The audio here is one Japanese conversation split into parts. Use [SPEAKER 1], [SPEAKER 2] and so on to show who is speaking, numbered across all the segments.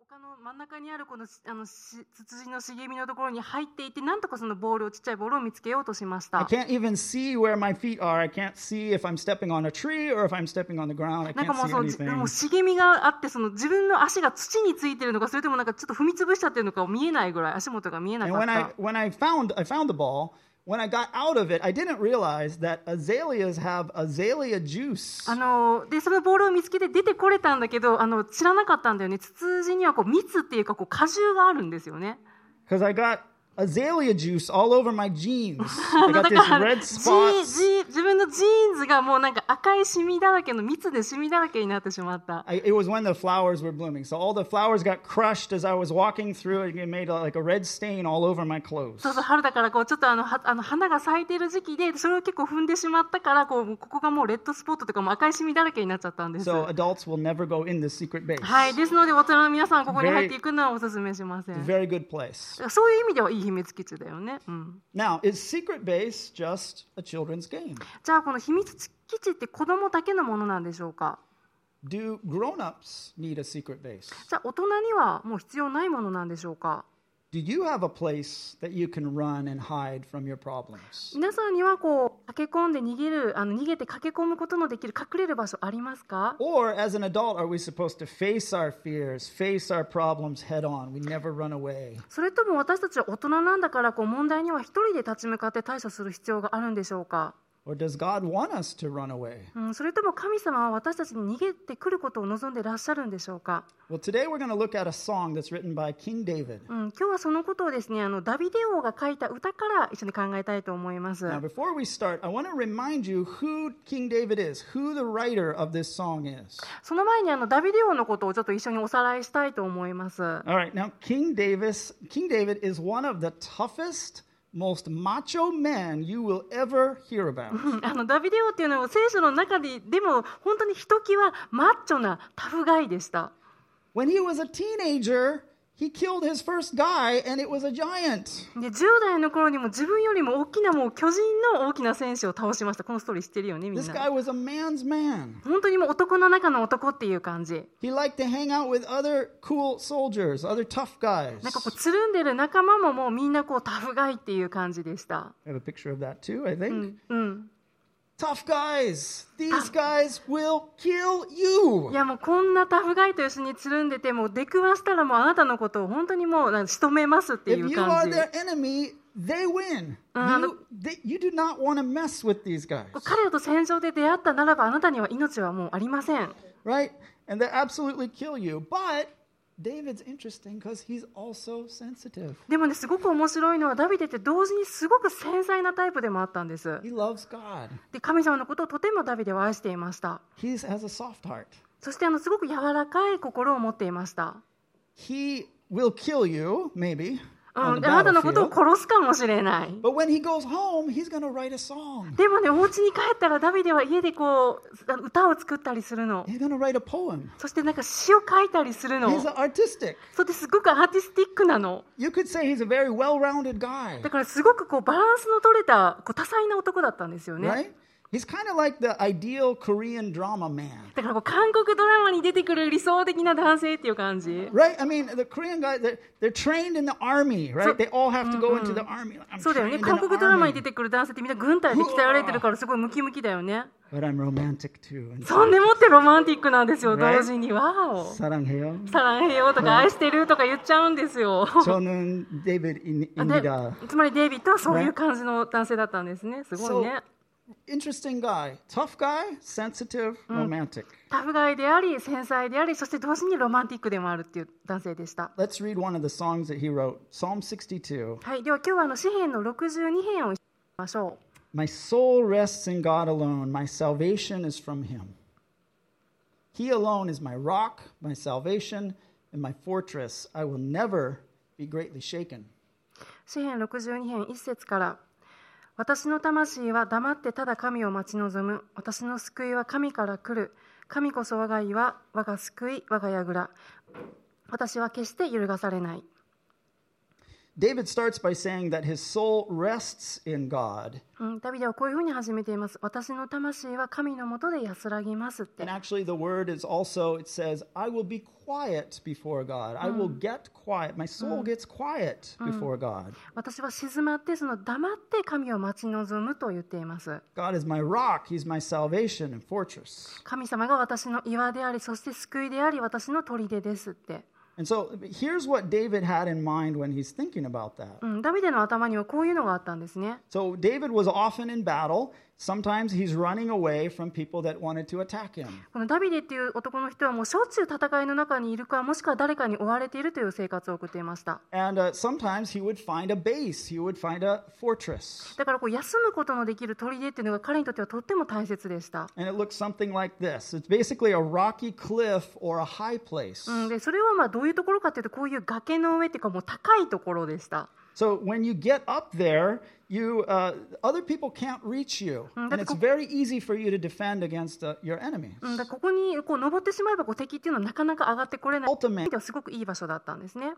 [SPEAKER 1] 中の真ん中にあるこのしあのしツツジの茂みのところに入っていてなんとかそのボールをちっちゃいボールを見つけようとしまし
[SPEAKER 2] I
[SPEAKER 1] た
[SPEAKER 2] can't even see where my feet are. I can't see if I'm stepping on a tree or if I'm stepping on the ground. I
[SPEAKER 1] なんか
[SPEAKER 2] can't
[SPEAKER 1] もう
[SPEAKER 2] see
[SPEAKER 1] そうじ
[SPEAKER 2] anything.
[SPEAKER 1] もう茂みがあってその自分の足が土についてるのかそれともなんかちょっと踏み潰しちゃってるのか見えないぐらい足元が見えな
[SPEAKER 2] And
[SPEAKER 1] かっ
[SPEAKER 2] when I
[SPEAKER 1] た
[SPEAKER 2] when I found I found the ball, when I got out of it, I didn't realize that azaleas have azalea juice.
[SPEAKER 1] あのでそのボールを見つけて出てこれたんだけどあの知らなかったんだよねツツジにはこう蜜っていうかこう果汁があるんですよね
[SPEAKER 2] Because I got azalea juice all over my jeans. I
[SPEAKER 1] だ
[SPEAKER 2] got
[SPEAKER 1] から
[SPEAKER 2] these red
[SPEAKER 1] ジ
[SPEAKER 2] spots.
[SPEAKER 1] ジ自分のジーンズがもうなんか赤いシミだらけの蜜でシミだらけになってしまった。
[SPEAKER 2] I, it was when the flowers were blooming. So all the flowers got crushed as I was walking through it. It made a, like a red stain all over my clothes.
[SPEAKER 1] そう そう春だからこうちょっとあのはあの花が咲いてる時期でそれを結構踏んでしまったからこうもうここがもうレッドスポットとかもう赤いシミだらけになっちゃったんです。
[SPEAKER 2] So
[SPEAKER 1] は
[SPEAKER 2] adults will never go in this secret base.
[SPEAKER 1] いですので大人の皆さんここに入っていくのはお勧めしません。だ
[SPEAKER 2] Very good place.
[SPEAKER 1] からそういう意味ではいい秘密基地だよね。うん。
[SPEAKER 2] Now, is secret base just a children's game?
[SPEAKER 1] じゃあこの秘密基地って子供だけのものなんでしょうか。
[SPEAKER 2] Do grown-ups need a secret base?
[SPEAKER 1] じゃあ大人にはもう必要ないものなんでしょうか。
[SPEAKER 2] Do you have a place that you can run and hide from your problems?
[SPEAKER 1] 皆さんにはこう駆け込んで逃げるあの逃げて駆け込むことのできる隠れる場所ありますか
[SPEAKER 2] Or as an adult, are we supposed to face our fears, face our problems head on? We never run away.
[SPEAKER 1] それとも私たちは大人なんだからこう問題には一人で立ち向かって対処する必要があるんでしょうか、
[SPEAKER 2] Or does God want us to run away?
[SPEAKER 1] うん、それとも神様は私たちに逃げてくることを望んでらっしゃるんでしょうか、
[SPEAKER 2] Well, today we're going to look at a song that's written by King David.
[SPEAKER 1] うん、今日はそのことをですねあのダビデ王が書いた歌から一緒に考えたいと思います
[SPEAKER 2] Now, before we start, I want to remind you who King David is, who the writer of this song is.
[SPEAKER 1] その前にあのダビデ王のことをちょっと一緒におさらいしたいと思います
[SPEAKER 2] All right, now King Davis, King David is one of the toughest, most macho men you will ever hear about.
[SPEAKER 1] あのダビデ王っていうのは聖書の中ででも本当にひときわマッチョなタフガイでした
[SPEAKER 2] When he was a teenager, he killed his first guy, and it was a giant.
[SPEAKER 1] で10代の頃にも自分よりも大きなもう巨人の大きな選手を倒しましたこのストーリー知ってるよねみ
[SPEAKER 2] This
[SPEAKER 1] んな
[SPEAKER 2] guy was a man's man.
[SPEAKER 1] 本当にもう男の中の男っていう感じ
[SPEAKER 2] He liked to hang out with other cool soldiers, other tough guys.
[SPEAKER 1] なんかこうつるんでる仲間ももうみんなこうタフガイっていう感じでした、
[SPEAKER 2] I have a picture of that too, I think.
[SPEAKER 1] Mm. うん、
[SPEAKER 2] Tough guys. These guys will kill you.
[SPEAKER 1] いやもうこんなタフガイと一緒につるんでてもう出くわしたらもうあなたのことを本当にもうなんか仕留めますってい
[SPEAKER 2] If
[SPEAKER 1] う
[SPEAKER 2] you are
[SPEAKER 1] 感じ
[SPEAKER 2] their enemy, they win.
[SPEAKER 1] Uh,
[SPEAKER 2] you, they, you do not want to mess with these guys,
[SPEAKER 1] 彼らと戦場で出会ったならばあなたには命はもうありません
[SPEAKER 2] right? And they absolutely kill you. But David's interesting because he's also sensitive.
[SPEAKER 1] でもねすごく面白いのはダビデって同時にすごく繊細なタイプでもあったんです
[SPEAKER 2] He loves God.
[SPEAKER 1] で神様のことをとてもダビデは愛していました。
[SPEAKER 2] He has a soft heart.
[SPEAKER 1] そしてあのすごく柔らかい心を持っていました。
[SPEAKER 2] He will kill you, maybe,
[SPEAKER 1] う
[SPEAKER 2] on
[SPEAKER 1] ん、
[SPEAKER 2] the
[SPEAKER 1] であなたのことを
[SPEAKER 2] battlefield.
[SPEAKER 1] 殺すかもしれない。
[SPEAKER 2] But when he goes home, he's going to write a song.
[SPEAKER 1] でもね、お家に帰ったらダビデは家でこうあの歌を作ったりするの。
[SPEAKER 2] He's going to write a poem.
[SPEAKER 1] そしてなんか詩を書いたりするの。
[SPEAKER 2] He's artistic.
[SPEAKER 1] そしてすごくアーティスティックなの。
[SPEAKER 2] You could say he's a very well-rounded guy.
[SPEAKER 1] だからすごくこうバランスの取れたこう多彩な男だったんですよね。
[SPEAKER 2] right? He's kind of like the ideal Korean drama man,
[SPEAKER 1] だからこう韓国ドラマに出てくる理想的な男性っていう感じ。
[SPEAKER 2] right? I mean, the Korean guys, they're, they're trained in the army, right? they all have to go into the army. Like, I'm
[SPEAKER 1] そうだよ
[SPEAKER 2] trained
[SPEAKER 1] ね。
[SPEAKER 2] in
[SPEAKER 1] 韓国ド
[SPEAKER 2] the
[SPEAKER 1] ラマに出
[SPEAKER 2] army.
[SPEAKER 1] てくる男性ってみんな軍隊で鍛えられてるからすごいムキムキだよね。
[SPEAKER 2] But I'm romantic too. And
[SPEAKER 1] とんでもってロマンティックなんですよ、
[SPEAKER 2] Right?
[SPEAKER 1] 同時に。わお。
[SPEAKER 2] 사랑해요.
[SPEAKER 1] サランヘヨとか愛してるとか言っちゃうんですよ。
[SPEAKER 2] 저는 데이비드입니다.
[SPEAKER 1] でつまりデイビッドはそういう感じの男性だったんですね。すごいね。
[SPEAKER 2] Interesting guy, tough guy, sensitive, romantic.
[SPEAKER 1] タフガイであり、繊細であり、そして同時にロマンティックでもあるっていう男性でした。
[SPEAKER 2] Let's read one of the songs that he wrote, Psalm 62.
[SPEAKER 1] はい、では今日はあの詩篇の62編を見ましょ
[SPEAKER 2] My soul rests in God alone. My salvation is from Him. He alone is my rock, my salvation, and my fortress. I will never be greatly shaken.
[SPEAKER 1] う。詩篇62編1節から。私の魂は黙ってただ神を待ち望む。私の救いは神から来る。神こそ我が岩、我が救い、我が櫓。私は決して揺るがされない。
[SPEAKER 2] David starts by saying that his soul rests in God.
[SPEAKER 1] うん、ダビデはこういうふうに始めています。私の魂は神のもとで安らぎますって。
[SPEAKER 2] And actually, the word is also, it says, I will be quiet before God. I will get quiet. My soul gets quiet before God.
[SPEAKER 1] 私は静まって、その黙って神を待ち望むと言っています。
[SPEAKER 2] God is my rock. He's my salvation and fortress.
[SPEAKER 1] 神様が私の岩であり、そして救いであり、私の砦ですって。
[SPEAKER 2] And so here's what David had in mind when he's thinking about that.
[SPEAKER 1] うん、ダビデの頭にはこういうのがあったんですね。
[SPEAKER 2] So David was often in battle. Sometimes he's running away from people that wanted to attack him.
[SPEAKER 1] このダビデっていう男の人はもうしょっちゅう戦いの中にいるかもしくは誰かに追われているという生活を送っていました
[SPEAKER 2] And uh, sometimes he would find a base, he would find a fortress.
[SPEAKER 1] だからこう休むことのできる砦っていうのが彼にとってはとっても大切でした、
[SPEAKER 2] And it looks something like this it's basically a rocky cliff or a high place.
[SPEAKER 1] うん、でそれはまあどういうところかっていうとこういう崖の上っていうかもう高いところでした、
[SPEAKER 2] So when you get up there, you uh, other people can't reach you, and it's very easy for you to defend against uh, your enemies.
[SPEAKER 1] うん、だからここにこう登ってしまえばこう敵っていうのはなかなか上がってこれない
[SPEAKER 2] Ultimate
[SPEAKER 1] ではすごくいい場所だったんですね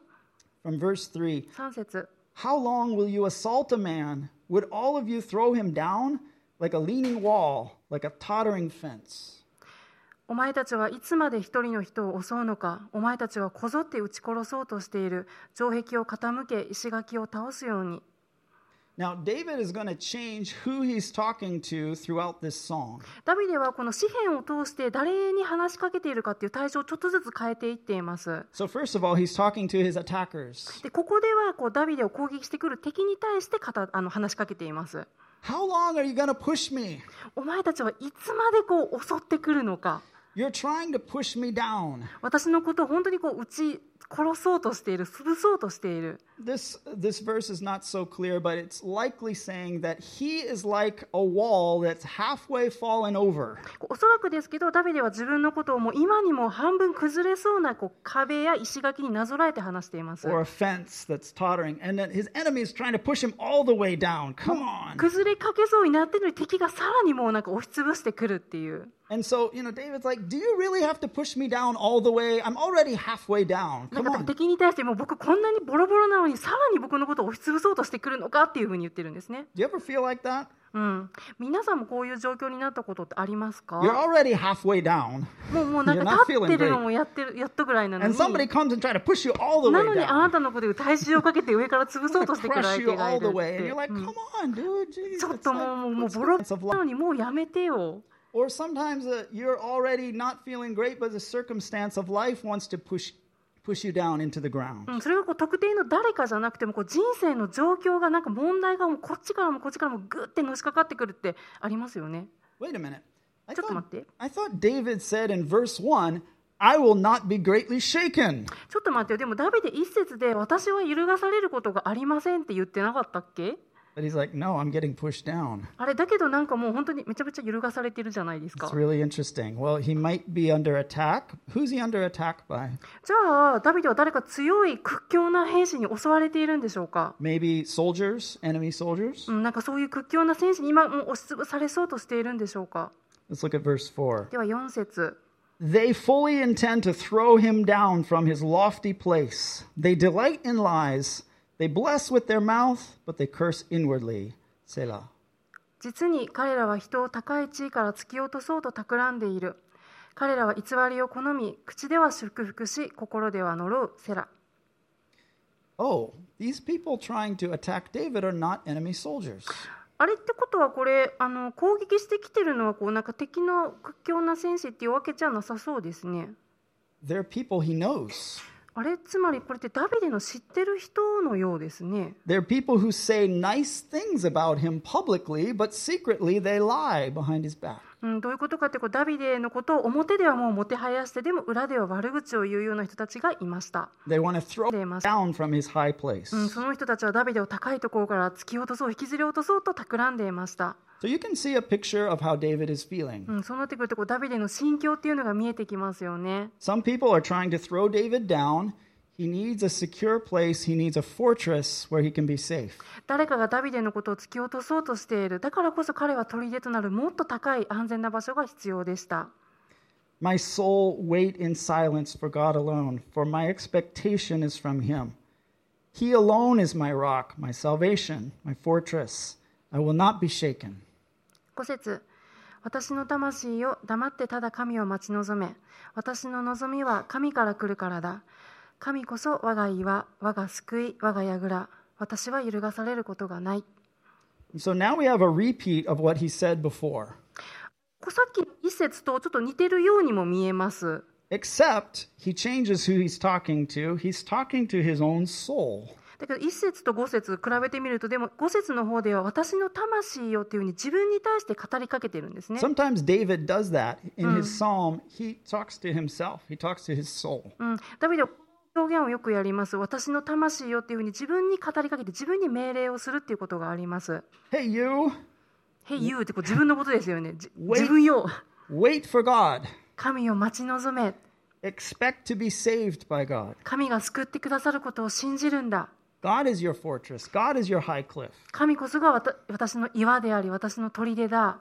[SPEAKER 2] from verse three.
[SPEAKER 1] 3節
[SPEAKER 2] How long will you assault a man? Would all of you throw him down like a leaning wall, like a tottering fence?
[SPEAKER 1] お前たちはいつまで一人の人を襲うのかお前たちはこぞって撃ち殺そうとしている城壁を傾け石垣を倒すように
[SPEAKER 2] Now, David is going to change who he's talking to throughout this song.
[SPEAKER 1] ダビデはこの詩篇を通して誰に話しかけているかっていう対象をちょっとずつ変えていっています。
[SPEAKER 2] So, first of all, he's talking to his attackers.
[SPEAKER 1] でここではこうダビデを攻撃してくる敵に対して語あの話しかけています。
[SPEAKER 2] How long are you going to push me?
[SPEAKER 1] お前たちはいつまでこう襲ってくるのか
[SPEAKER 2] You're trying to push me down.
[SPEAKER 1] 私のことを本当にこう撃ち殺そうとしている潰そうとしている
[SPEAKER 2] This, this verse is not so clear, but it's likely saying that he is like a wall that's halfway fallen over.
[SPEAKER 1] こうおそらくですけどダビデは自分のことをもう今にも半分崩れそうなこう壁や石垣になぞらえて話しています
[SPEAKER 2] or a fence that's tottering, and then his enemy is trying to push him all the way down. Come on.
[SPEAKER 1] 崩れかけそうになってるのに敵がさらにもうなんか押しつぶしてくるっていう
[SPEAKER 2] And so, you know, David's like, Do you really have to push me down all the way? I'm already halfway down.
[SPEAKER 1] なん
[SPEAKER 2] Come
[SPEAKER 1] か
[SPEAKER 2] on.
[SPEAKER 1] 敵に対してもう僕こんなにボロボロなのにさらに僕のことを押しつぶそうとしてくるのかっていうふうに言ってるんですね。
[SPEAKER 2] Do you ever feel like that?
[SPEAKER 1] うん、皆さんもこういう状況になったことってありますか
[SPEAKER 2] You're already halfway down,
[SPEAKER 1] もうもうなん
[SPEAKER 2] You're
[SPEAKER 1] か
[SPEAKER 2] not
[SPEAKER 1] 立って
[SPEAKER 2] feeling
[SPEAKER 1] る
[SPEAKER 2] great.
[SPEAKER 1] のもやってる やっとぐらいなのに
[SPEAKER 2] and somebody
[SPEAKER 1] な
[SPEAKER 2] comes and try to push you all the way
[SPEAKER 1] のにあな
[SPEAKER 2] down,
[SPEAKER 1] たのことで体重をかけて上から潰そうとしてくる
[SPEAKER 2] crush
[SPEAKER 1] 相
[SPEAKER 2] you
[SPEAKER 1] 手がい
[SPEAKER 2] all
[SPEAKER 1] るっ
[SPEAKER 2] the way,
[SPEAKER 1] て
[SPEAKER 2] and you're like,
[SPEAKER 1] うん
[SPEAKER 2] Come on, dude. Jeez,
[SPEAKER 1] ち ょっ
[SPEAKER 2] it's
[SPEAKER 1] ともうもう
[SPEAKER 2] like,
[SPEAKER 1] もう
[SPEAKER 2] what's
[SPEAKER 1] ボロ
[SPEAKER 2] sense of
[SPEAKER 1] な
[SPEAKER 2] life?
[SPEAKER 1] のにもうやめてよ
[SPEAKER 2] Or sometimes uh, you're already not feeling great, but the circumstance of life wants to push push you down into the ground.
[SPEAKER 1] うん、それがこう特定の誰かじゃなくてもこう人生の状況がなんか問題がもうこっちからもこっちからもグってのしかかってくるってありますよね
[SPEAKER 2] Wait a minute. I
[SPEAKER 1] ちょっと
[SPEAKER 2] thought,
[SPEAKER 1] 待って
[SPEAKER 2] I thought David said in verse 1, I will not be greatly shaken.
[SPEAKER 1] ちょっと待ってよ、でもダビデ一節で私は揺るがされることがありませんって言ってなかったっけ
[SPEAKER 2] But he's like, no, I'm getting pushed down.
[SPEAKER 1] あれだけどなんかもう本当にめちゃめちゃ揺るがされてるじゃないですか
[SPEAKER 2] It's really interesting. Well, he might be under attack. Who's he under attack by?
[SPEAKER 1] じゃあダビデは誰か強い屈強な兵士に襲われているんでしょうか、
[SPEAKER 2] Maybe soldiers, enemy soldiers?
[SPEAKER 1] うん、なんかそういう屈強な戦士に今もう押しつぶされそうとしているんでしょうか
[SPEAKER 2] Let's look at verse 4.
[SPEAKER 1] では4節
[SPEAKER 2] They fully intend to throw him down from his lofty place. They delight in lies. They bless with their mouth, but they curse inwardly. Selah.
[SPEAKER 1] 実に彼らは人を高い地位から突き落とそうと企んでいる彼らは偽りを好み口では祝福し心では呪うセラ
[SPEAKER 2] Oh, these people trying to attack David are not enemy soldiers.
[SPEAKER 1] あれってことはこれあの攻撃してきてるのはこうなんか敵の屈強な戦士っていうわけじゃなさそうですね
[SPEAKER 2] They're people he knows.
[SPEAKER 1] あれつまりこれってダビデの知ってる人のようですね
[SPEAKER 2] They're people who say nice things about him publicly, but secretly they lie behind his back.
[SPEAKER 1] うん、どういうことかってこうダビデのことを表ではもうもてはやしてでも裏では悪口を言うような人たちがいました、
[SPEAKER 2] They want to throw
[SPEAKER 1] They
[SPEAKER 2] him
[SPEAKER 1] must- Mm-hmm.
[SPEAKER 2] down from his high
[SPEAKER 1] う
[SPEAKER 2] place.
[SPEAKER 1] ん、その人たちはダビデを高いところから突き落とそう引きずり落とそうと企んでいました、
[SPEAKER 2] So you can see a picture of how David is feeling.
[SPEAKER 1] うん、そうなってくるとこうダビデの心境っていうのが見えてきますよね
[SPEAKER 2] Some people are trying to throw David down. He needs a secure place, he needs a fortress where he can be safe.
[SPEAKER 1] 誰かがダビデのことを突き落とそうとしているだからこそ彼は砦となるもっと高い安全な場所が必要でした、
[SPEAKER 2] My soul wait in silence for God alone, for my expectation is from him. He alone is my rock, my salvation, my fortress. I will not be shaken.
[SPEAKER 1] 5節私の魂を黙ってただ神を待ち望め私の望みは神から来るからだ神こそ我が岩我が救い我が櫓私は揺るがされることがない
[SPEAKER 2] So now we have a repeat of what he said before,
[SPEAKER 1] こうさっきの一節とちょっと似てるようにも見えます
[SPEAKER 2] except he changes who he's talking to. He's talking to his own soul.
[SPEAKER 1] だけど一節と五節比べてみるとでも五節の方では私の魂をっていうふうに自分に対して語りかけてるんですね
[SPEAKER 2] Sometimes David does that in his psalm. He talks to himself, he talks to his soul.
[SPEAKER 1] うん、ダビデはこの表現をよくやります。私の魂よっていうふうに自分に語りかけて自分に命令をするっていうことがあります。
[SPEAKER 2] Hey, you,
[SPEAKER 1] Hey you ってこう自分のことですよね。じ自分よ。
[SPEAKER 2] wait for God.
[SPEAKER 1] 神を待ち望め。
[SPEAKER 2] Expect to be saved by God.
[SPEAKER 1] 神が救ってくださることを信じるんだ。
[SPEAKER 2] God is your fortress, God is your high cliff.
[SPEAKER 1] 神こそがわた私の岩であり、私の砦だ。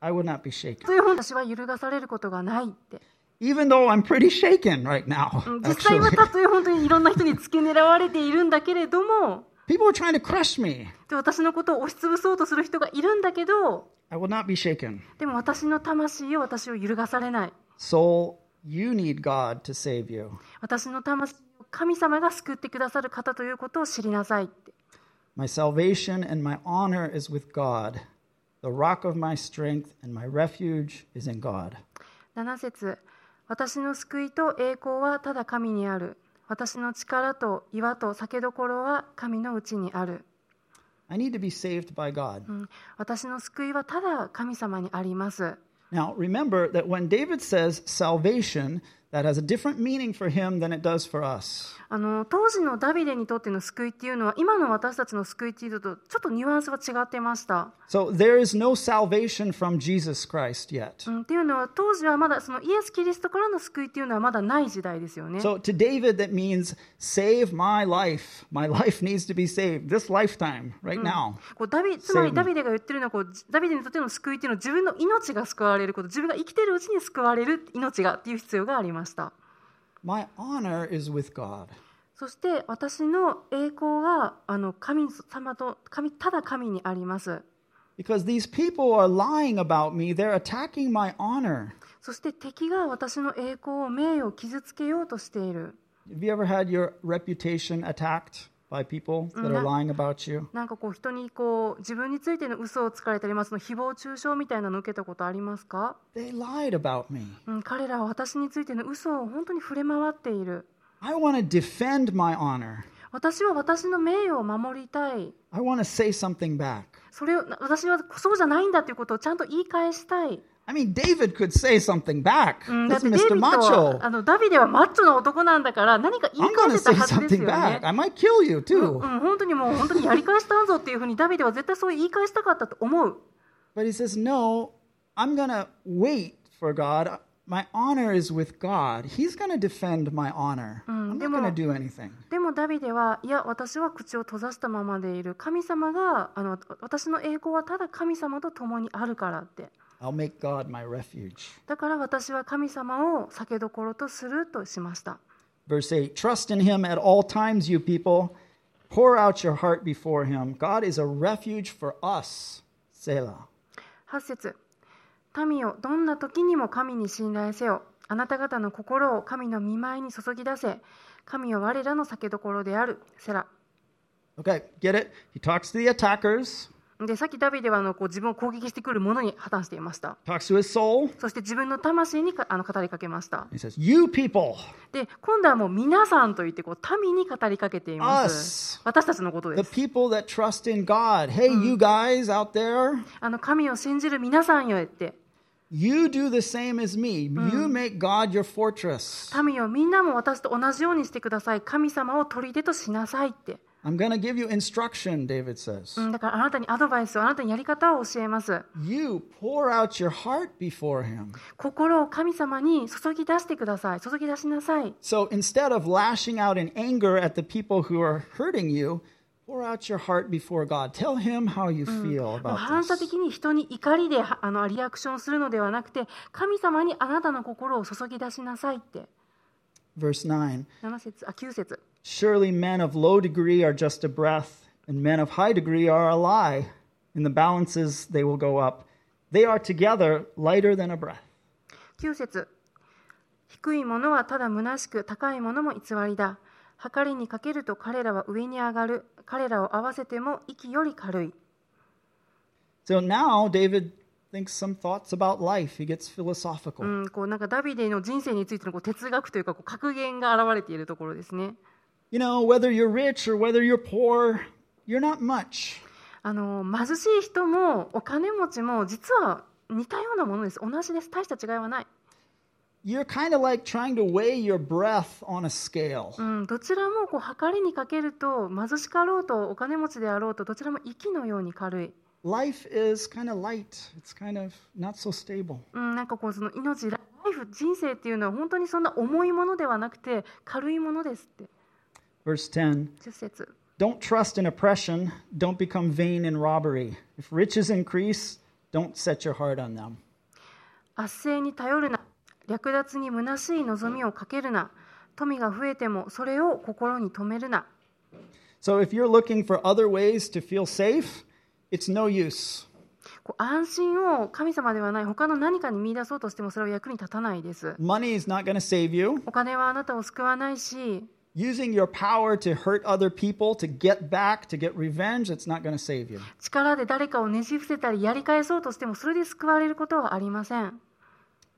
[SPEAKER 2] I will not be shaken.
[SPEAKER 1] そういう本私は揺るがされることがないって。
[SPEAKER 2] Even though I'm pretty shaken right now.
[SPEAKER 1] うん実際
[SPEAKER 2] Actually,
[SPEAKER 1] はたとえ本当にいろんな人に付け狙われているんだけれども、
[SPEAKER 2] people are trying to crush me.
[SPEAKER 1] で私のことを押しつぶそうとする人がいるんだけど、
[SPEAKER 2] I will not be shaken.
[SPEAKER 1] でも私の魂よ私を揺るがされない。
[SPEAKER 2] Soul, you need God to save you.
[SPEAKER 1] 私の魂を神様が救ってくださる方ということを知りなさいって。
[SPEAKER 2] My salvation and my honor is with God. The rock of my strength and my refuge is in God.
[SPEAKER 1] 7節私の救いと栄光はただ神にある。私の力と岩と酒どころは神のうちにある。
[SPEAKER 2] I need to be saved by God.
[SPEAKER 1] うん私の救いはただ神様にあります。
[SPEAKER 2] Now, remember that when David says salvation, that has a different meaning for him than it does for us.
[SPEAKER 1] あの当時のダビデにとっての救いっていうのは今の私たちの救いっていうのとちょっとニュアンスは違ってました。
[SPEAKER 2] So there is no salvation from Jesus Christ yet.
[SPEAKER 1] うん、っていうのは当時はまだそのイエス・キリストからの救いっていうのはまだない時代ですよね。
[SPEAKER 2] So to David, that means save my life. My life needs to be saved this lifetime, right now.
[SPEAKER 1] こうダビつまりダビデが言ってるのはこうダビデにとっての救いっていうのは自分の命が救われること自分が生きてるうちに救われる命がっていう必要がありました
[SPEAKER 2] My honor is with God.
[SPEAKER 1] そして私の栄光があの神様と神ただ神にあります
[SPEAKER 2] Because these people are lying about me, they're attacking my honor.
[SPEAKER 1] そして敵が私の栄光を名誉を傷つけようとしている
[SPEAKER 2] Have you ever had your reputation attacked by people that are
[SPEAKER 1] Mhm.
[SPEAKER 2] lying about you?
[SPEAKER 1] なんかこう人にこう自分についての嘘をつかれたりますの誹謗中傷みたいなの受けたことありますか、
[SPEAKER 2] They lied about me.
[SPEAKER 1] うん、彼らは私についての嘘を本当に触れ回っている
[SPEAKER 2] I want to defend my honor.
[SPEAKER 1] 私は私の名誉を守りたい
[SPEAKER 2] I want to say something back.
[SPEAKER 1] それをな私はそうじゃないんだということをちゃんと言い返したい、
[SPEAKER 2] I mean, David could say something back.
[SPEAKER 1] うん、だっ
[SPEAKER 2] That's
[SPEAKER 1] てデイビ
[SPEAKER 2] Mr.
[SPEAKER 1] ッドは
[SPEAKER 2] Macho.
[SPEAKER 1] あのダビデはマッチョな男なんだから何か言い
[SPEAKER 2] I'm
[SPEAKER 1] 返
[SPEAKER 2] going to
[SPEAKER 1] せた
[SPEAKER 2] say
[SPEAKER 1] はずですよ
[SPEAKER 2] something back.
[SPEAKER 1] ね。
[SPEAKER 2] I might kill you,
[SPEAKER 1] うん、
[SPEAKER 2] too.
[SPEAKER 1] 本当にもう本当にやり返したんぞっていうふうにダビデは絶対そう言い返したかったと思う
[SPEAKER 2] But he says, No, I'm going to wait for God. My honor is with God. He's going to defend my honor. I'm not going to
[SPEAKER 1] でも-
[SPEAKER 2] do anything.
[SPEAKER 1] でもダビデはいや私は口を閉ざしたままでいる神様があの私の栄光はただ神様と共にあるからって
[SPEAKER 2] I'll make God my refuge.
[SPEAKER 1] だから私は神様を酒どころとするとしました
[SPEAKER 2] Verse 8 Trust in him at all times, you people. Pour out your heart before him. God is a refuge for us. Selah.
[SPEAKER 1] 8節民よどんな時にも神に信頼せよあなた方の心を神の見舞いに注ぎ出せ神は我らの酒どころであるセラ
[SPEAKER 2] Okay, get it? He talks to the attackers,
[SPEAKER 1] でさっきダビデはあのこう自分を攻撃してくるものに破綻していました
[SPEAKER 2] talks to his soul.
[SPEAKER 1] そして自分の魂にかあの語りかけました
[SPEAKER 2] He says, You people,
[SPEAKER 1] で今度はもう皆さんと言ってこう民に語りかけています
[SPEAKER 2] Us
[SPEAKER 1] 私たちのことで
[SPEAKER 2] the
[SPEAKER 1] す
[SPEAKER 2] people that trust in God. Hey, you guys out there,
[SPEAKER 1] あの神を信じる皆さんよって
[SPEAKER 2] you do the same as me. You make God your fortress.
[SPEAKER 1] 民よみんなも私と同じようにしてください神様を砦としなさいって
[SPEAKER 2] I'm going to give you instruction, David says.
[SPEAKER 1] うんだからあなたにアドバイスをあなたにやり方を教えます
[SPEAKER 2] You pour out your heart before him.
[SPEAKER 1] 心を神様に注ぎ出してください注ぎ出しなさい
[SPEAKER 2] So instead of lashing out in anger at the people who are hurting you, pour out your heart before God. Tell him how you feel
[SPEAKER 1] もう
[SPEAKER 2] about
[SPEAKER 1] 反
[SPEAKER 2] this.
[SPEAKER 1] 射的に人に怒りではあのリアクションするのではなくて神様にあなたの心を注ぎ出しなさいって
[SPEAKER 2] Verse 9
[SPEAKER 1] 7節あ9節
[SPEAKER 2] Surely men of low degree are just a breath, and men of high degree are a lie. In the balances they will go up. They are together lighter than a breath.
[SPEAKER 1] 9節低いものはただ虚しく高いものも偽りだ計りにかけると彼らは上に上がる彼らを合わせても息より軽い
[SPEAKER 2] So now David thinks some thoughts about life. He gets philosophical.
[SPEAKER 1] うん、こうなんかダビデの人生についてのこう哲学というかこう格言が現れているところですね。
[SPEAKER 2] You know, whether you're rich or whether you're poor, you're not much.
[SPEAKER 1] あの貧しい人もお金持ちも実は似たようなものです同じです大した違いはない、
[SPEAKER 2] You're kind of like trying to weigh your breath on a scale.
[SPEAKER 1] うん、どちらもこう計りにかけると貧しかろうとお金持ちであろうとどちらも息のように軽い、
[SPEAKER 2] Life is kind of light, it's kind of not so stable.
[SPEAKER 1] うん、なんかこうその命ライフ人生っていうのは本当にそんな重いものではなくて軽いものですって
[SPEAKER 2] Verse 10
[SPEAKER 1] 10節
[SPEAKER 2] Don't trust in oppression, don't become vain in robbery. If riches increase, don't set your heart on them.
[SPEAKER 1] 圧政に頼るな略奪に虚しい望みをかけるな富が増えてもそれを心に留めるな
[SPEAKER 2] So if you're looking for other ways to feel safe, it's no use.
[SPEAKER 1] こう安心を神様ではない他の何かに見出そうとしてもそれは役に立たないです
[SPEAKER 2] Money is not going to save you.
[SPEAKER 1] お金はあなたを救わないし
[SPEAKER 2] Using your power to hurt other people, to get back, to get revenge, it's not going to save you.
[SPEAKER 1] 力で誰かをねじ伏せたりやり返そうとしてもそれで救われることはありません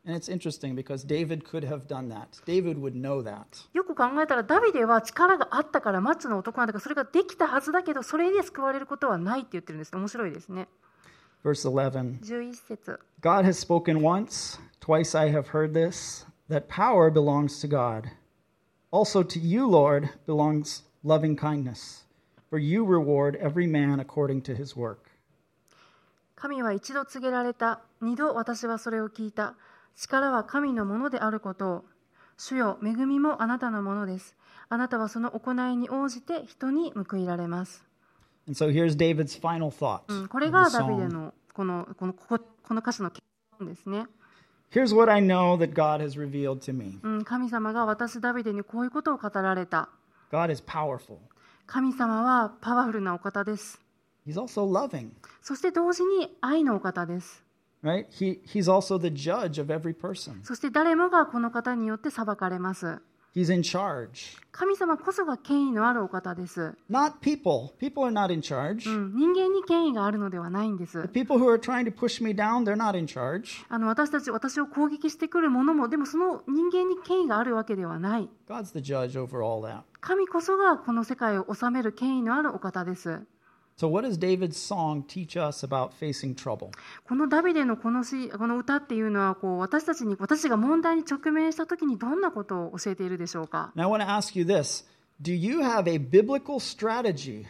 [SPEAKER 2] And it's interesting because David could have done that. David would know that.
[SPEAKER 1] よく考えたらダビデは力があったからマッチョの男なんだからそれができたはずだけどそれで救われることはないって言ってるんです面白いですね
[SPEAKER 2] Verse 11
[SPEAKER 1] 11節
[SPEAKER 2] God has spoken once, twice I have heard this, that power belongs to God. Also to you, Lord, belongs loving kindness, for you reward every man according to his work.
[SPEAKER 1] 神は一度告げられた二度私はそれを聞いた力は神のものであることを主よ恵みもあなたのものですあなたはその行いに応じて人に報いられます、
[SPEAKER 2] And so here's David's final thought.
[SPEAKER 1] うん
[SPEAKER 2] of
[SPEAKER 1] これが
[SPEAKER 2] the
[SPEAKER 1] ダビデ
[SPEAKER 2] psalm.
[SPEAKER 1] のこのこのこここの歌詞の結論ですね、
[SPEAKER 2] Here's what I know that God has revealed to me
[SPEAKER 1] うん、神様が私ダビデにこういうことを語られた
[SPEAKER 2] God is powerful,
[SPEAKER 1] 神様はパワフルなお方です
[SPEAKER 2] He's also loving,
[SPEAKER 1] そして同時に愛のお方です。
[SPEAKER 2] right? He, he's also the judge of every person,
[SPEAKER 1] そして誰もがこの方によって裁かれます。
[SPEAKER 2] He's in charge.
[SPEAKER 1] 神様こそが権威のあるお方です。
[SPEAKER 2] Not people. People are not in charge.
[SPEAKER 1] うん、人間に権威があるのではないんで
[SPEAKER 2] The
[SPEAKER 1] す。
[SPEAKER 2] people who are trying to push me down, they're not in charge.
[SPEAKER 1] あの私たち、私を攻撃してくるものも、でもその人間に権威があるわけではない。
[SPEAKER 2] God's the judge over all that.
[SPEAKER 1] 神こそがこの世界を治める権威のあるお方です。
[SPEAKER 2] So, what does David's song teach us about facing trouble?
[SPEAKER 1] このダビデのこの詩この歌っていうのはこう私たちに私たちが問題に直面した時にどんなことを教えているでしょうか
[SPEAKER 2] And I want to ask you this Do you have a biblical strategy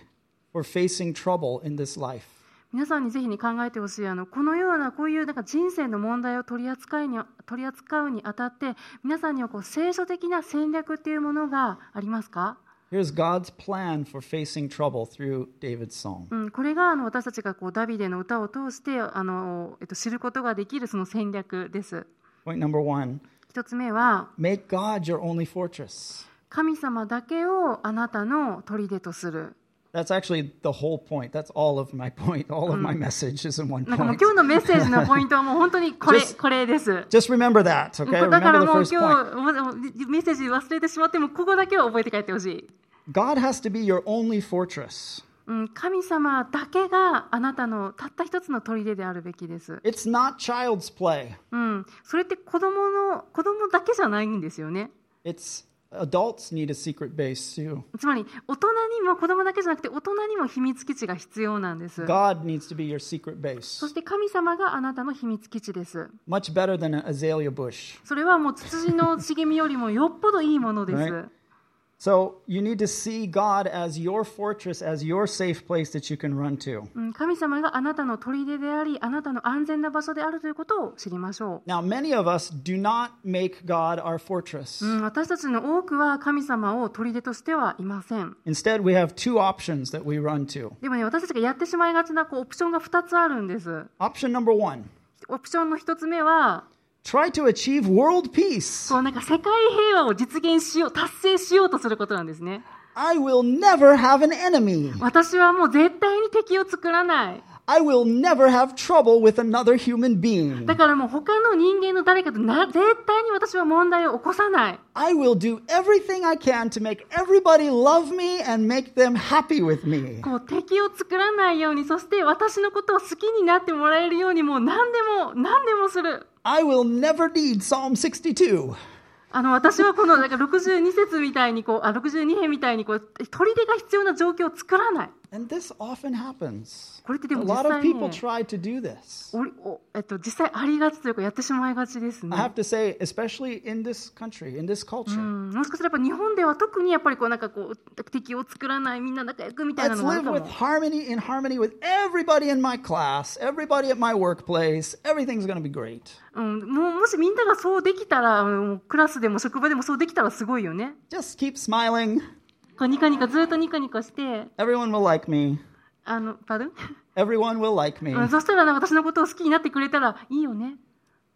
[SPEAKER 2] for facing trouble in this life?
[SPEAKER 1] 皆さんにぜひに考えてほしいあのこのようなこういうなんか人生の問題を取り扱いに取り扱うにあたって皆さんにはこう聖書的な戦略っていうものがありますか、
[SPEAKER 2] Here's God's plan for facing trouble through David's song.
[SPEAKER 1] うん、これがあの私たちがこうダビデの歌を通してあの、えっと、知ることができるその戦略です。
[SPEAKER 2] Point number one
[SPEAKER 1] 一つ目は
[SPEAKER 2] make God your only fortress.
[SPEAKER 1] 神様だけをあなたの砦とする。
[SPEAKER 2] That's actually the whole point. That's all of my point. All of my message is in one
[SPEAKER 1] なんかもう
[SPEAKER 2] point.
[SPEAKER 1] 今日のメッセージのポイントはもう本当にこれ
[SPEAKER 2] Just-
[SPEAKER 1] これです。
[SPEAKER 2] Just remember that,
[SPEAKER 1] だ
[SPEAKER 2] okay?
[SPEAKER 1] から
[SPEAKER 2] Remember the
[SPEAKER 1] もう
[SPEAKER 2] first
[SPEAKER 1] 今
[SPEAKER 2] point.
[SPEAKER 1] 日もうメッセージ忘れてしまってもここだけは覚えて帰ってほしい。
[SPEAKER 2] God has to be your only fortress.
[SPEAKER 1] うん、神様だけがあなたのたった一つの砦であるべきです、
[SPEAKER 2] It's not child's play.
[SPEAKER 1] うん、それって子供の子供だけじゃないんですよね
[SPEAKER 2] It's adults need a secret base too.
[SPEAKER 1] つまり大人にも子供だけじゃなくて大人にも秘密基地が必要なんです
[SPEAKER 2] God needs to be your secret
[SPEAKER 1] そ
[SPEAKER 2] base.
[SPEAKER 1] して神様があなたの秘密基地です
[SPEAKER 2] Much better than an azalea bush.
[SPEAKER 1] それはもうツツジの茂みよりもよっぽどいいものです、
[SPEAKER 2] Right. So you need to see God as your fortress, as your safe place that you can run to.
[SPEAKER 1] うん、神様があなたの砦でありあなたの安全な場所であるということを知りましょ
[SPEAKER 2] Now, many of us do not make God our fortress.
[SPEAKER 1] う、うん、私たちの多くは神様を砦としてはいません
[SPEAKER 2] Instead, we have two options that we run to.
[SPEAKER 1] でもね私たちがやってしまいがちなこうオプションが2つあるんです。
[SPEAKER 2] Option number one
[SPEAKER 1] オプションの1つ目は、
[SPEAKER 2] try to achieve world peace.
[SPEAKER 1] こうなんか世界平和を実現しよう、達成しようとすることなんですね。
[SPEAKER 2] I will never have an enemy.
[SPEAKER 1] 私はもう絶対に敵を作らない。
[SPEAKER 2] I will never have trouble with another human being.
[SPEAKER 1] だからもう他の人間の誰かとな絶対に私は問題を起こさない。
[SPEAKER 2] I will do everything I can to make everybody love me and make them happy with me.
[SPEAKER 1] こう敵を作らないように、そして私のことを好きになってもらえるように、もう何でも何でもする。
[SPEAKER 2] I will never need Psalm 62.
[SPEAKER 1] あの私はこのなんか62節みたいにこうあ62編みたいにこう砦が必要な状況を作らない。
[SPEAKER 2] And this often happens.
[SPEAKER 1] これって
[SPEAKER 2] A
[SPEAKER 1] でも実
[SPEAKER 2] lot of
[SPEAKER 1] 際に、
[SPEAKER 2] people
[SPEAKER 1] ね、
[SPEAKER 2] try to do this.
[SPEAKER 1] おりおえっと実際ありがちというかやってしまいがちです
[SPEAKER 2] I
[SPEAKER 1] ね。
[SPEAKER 2] have to say, especially in this country, in this
[SPEAKER 1] う
[SPEAKER 2] culture,
[SPEAKER 1] ん、もしかしたらやっぱ日本では特にやっぱりこうなんかこう敵を作らないみんな仲良くみたいな
[SPEAKER 2] let's
[SPEAKER 1] のがある
[SPEAKER 2] live
[SPEAKER 1] かも
[SPEAKER 2] with harmony in harmony with everybody in my class, everybody at my workplace. Everything's going to be great.
[SPEAKER 1] うん、もうもしみんながそうできたらあのクラスでも職場でもそうできたらすごいよね
[SPEAKER 2] Just keep smiling.
[SPEAKER 1] こうニカニカずっとニカニカして
[SPEAKER 2] Everyone will like me.
[SPEAKER 1] あのパルン
[SPEAKER 2] Everyone will like me.
[SPEAKER 1] うんそしたらね私のことを好きになってくれたらいいよね、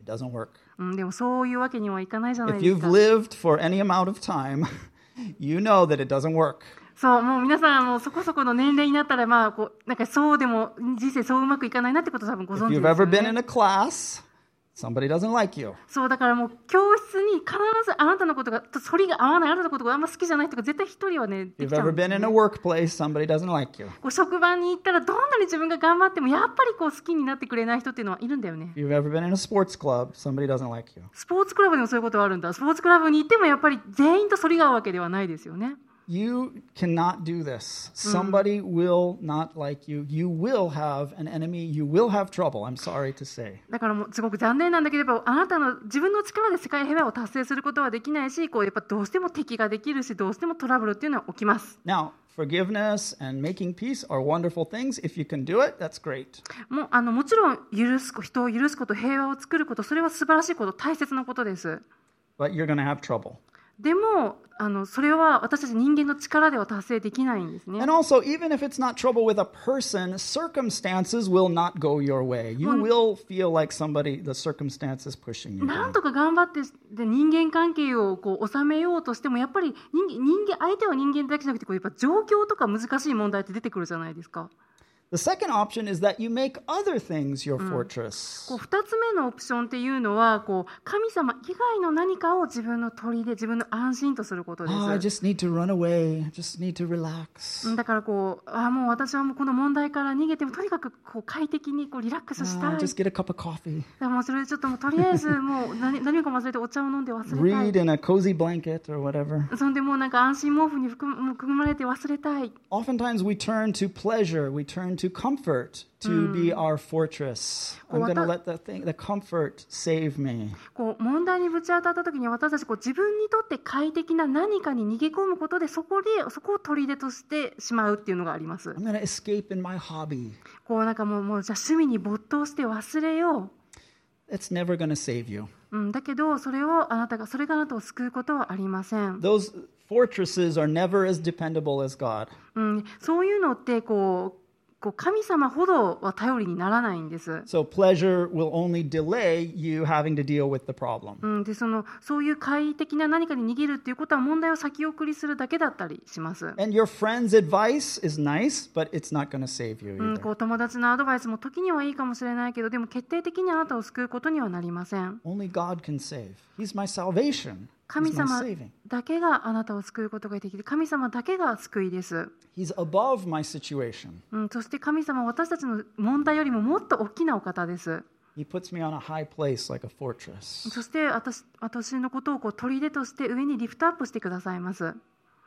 [SPEAKER 2] It doesn't work.
[SPEAKER 1] うん、でもそういうわけにはいかないじゃない
[SPEAKER 2] If
[SPEAKER 1] です
[SPEAKER 2] you've
[SPEAKER 1] か
[SPEAKER 2] lived for any amount of time, you know that it doesn't work.
[SPEAKER 1] そうもう皆さんもうそこそこの年齢になったらまあこうなんかそうでも人生そううまくいかないなってこと多分ご
[SPEAKER 2] If
[SPEAKER 1] 存知
[SPEAKER 2] you've
[SPEAKER 1] で
[SPEAKER 2] ever
[SPEAKER 1] す
[SPEAKER 2] been
[SPEAKER 1] よ
[SPEAKER 2] in
[SPEAKER 1] ね
[SPEAKER 2] a class, somebody doesn't like you.
[SPEAKER 1] そうだからもう教室に必ずあなたのことがと反りが合わないあなたのことがあんま好きじゃないとか絶対一人はね
[SPEAKER 2] If
[SPEAKER 1] でき
[SPEAKER 2] you've
[SPEAKER 1] ちゃう
[SPEAKER 2] ever
[SPEAKER 1] んです
[SPEAKER 2] been in a workplace, somebody doesn't like you.
[SPEAKER 1] こう職場に行ったらどんなに自分が頑張ってもやっぱりこう好きになってくれない人っていうのはいるんだよね
[SPEAKER 2] If you've ever been in a sports club, somebody doesn't like you.
[SPEAKER 1] スポーツクラブでもそういうことはあるんだスポーツクラブに行ってもやっぱり全員と反りが合うわけではないですよね
[SPEAKER 2] You cannot do this. Somebody will not like you. You will have an enemy. You will have trouble, I'm sorry to say.
[SPEAKER 1] だからもうすごく残念なんだけれどあなたの自分の力で世界平和を達成することはできないしこうやっぱどうしても敵ができるしどうしてもトラブルっていうのは起きます
[SPEAKER 2] Now, forgiveness and making peace are wonderful things. If you can do it, that's great.
[SPEAKER 1] もうあのもちろん許す人を許すこと平和を作ることそれは素晴らしいこと大切なことです
[SPEAKER 2] But you're going to have trouble.
[SPEAKER 1] でもあのそれは私たち人間の力では達成できないんですね
[SPEAKER 2] And also, even if it's not trouble with a person, circumstances will not go your way. You will feel like somebody, the circumstance is pushing you.
[SPEAKER 1] なん
[SPEAKER 2] down.
[SPEAKER 1] とか頑張ってで人間関係をこう収めようとしてもやっぱり人間人間相手は人間だけじゃなくてこうやっぱ状況とか難しい問題って出てくるじゃないですか
[SPEAKER 2] The second option is that you make other things your fortress.
[SPEAKER 1] こう2つ目のオプションっていうのはこう神様以外の何かを自分の砦で自分の安心とすることで
[SPEAKER 2] Oh, I
[SPEAKER 1] す。
[SPEAKER 2] just need to run away. I just need to relax.
[SPEAKER 1] だからこうあーもう私はもうこの問題から逃げてもとにかくこう快適にこうリラックスした
[SPEAKER 2] Ah,
[SPEAKER 1] い。
[SPEAKER 2] just get a cup of coffee.
[SPEAKER 1] でもうそれでちょっともうとりあえずもう何何もかも忘れてお茶を飲んで忘れた
[SPEAKER 2] Read
[SPEAKER 1] い。
[SPEAKER 2] in a cozy blanket or whatever.
[SPEAKER 1] そんでもうなんか安心毛布に含むもう含まれて忘れたい。
[SPEAKER 2] Oftentimes we turn to pleasure, we turn to comfort to be our fortress. I'm
[SPEAKER 1] Well, I
[SPEAKER 2] going to
[SPEAKER 1] thought-
[SPEAKER 2] let Mm. the thing, the comfort save me.
[SPEAKER 1] こう問題にぶち当たった時に私たちこう自分にとって快適な何かに逃げ込むことでそこでそこを取り出としてしまうっていうのがあります
[SPEAKER 2] I'm going to escape in my hobby.
[SPEAKER 1] こうなんかもうもうじゃあ趣味に没頭して忘れよ
[SPEAKER 2] That's never going to save you.
[SPEAKER 1] う、うん、だけどそれをあなたがそれがあなたを救うことはありません、
[SPEAKER 2] Those fortresses are never as dependable as God.
[SPEAKER 1] うん、そういうのってこうこう神様ほどは頼りにならないんです、
[SPEAKER 2] So pleasure will only delay you having to deal with the problem.
[SPEAKER 1] うん、でそのそういう快適な何かに逃げるっていうことは問題を先送りするだけだったりします、
[SPEAKER 2] And your friend's advice is nice, but it's not going to save you
[SPEAKER 1] うん、
[SPEAKER 2] either.
[SPEAKER 1] こう友達のアドバイスも時にはいいかもしれないけどでも決定的にあなたを救うことにはなりません
[SPEAKER 2] Only God can save. He's my salvation.
[SPEAKER 1] 神
[SPEAKER 2] He's my
[SPEAKER 1] 様
[SPEAKER 2] saving.
[SPEAKER 1] だけがあなたを救うことができて神様だけが救いです、
[SPEAKER 2] He's above my situation.
[SPEAKER 1] うん、そして神様は私たちの問題よりももっと大きなお方です
[SPEAKER 2] He puts me on a high place like a fortress.
[SPEAKER 1] そして私私のことをこう砦として上にリフトアップしてくださいます、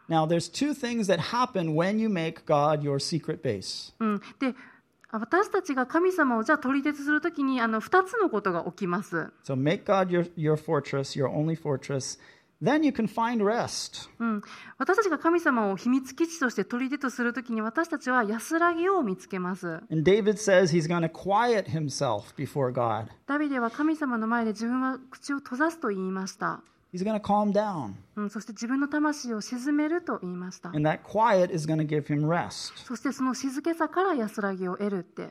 [SPEAKER 2] Now, there's two things that happen when you make God your secret base.
[SPEAKER 1] うん、であ私たちが神様をじゃあ砦とするときにあの2つのことが起きます、
[SPEAKER 2] So make God your, your fortress, your only fortress. Then you can find rest.
[SPEAKER 1] うん、私たちが神様を秘密基地として砦とするときに私たちは安らぎを見つけます、
[SPEAKER 2] And David says he's going to quiet himself before God.
[SPEAKER 1] ダビデは神様の前で自分は口を閉ざすと言いました、
[SPEAKER 2] He's going to calm down.
[SPEAKER 1] うん、そして自分の魂を鎮めると言いました
[SPEAKER 2] And that quiet is going to give him rest.
[SPEAKER 1] そしてその静けさから安らぎを得るって、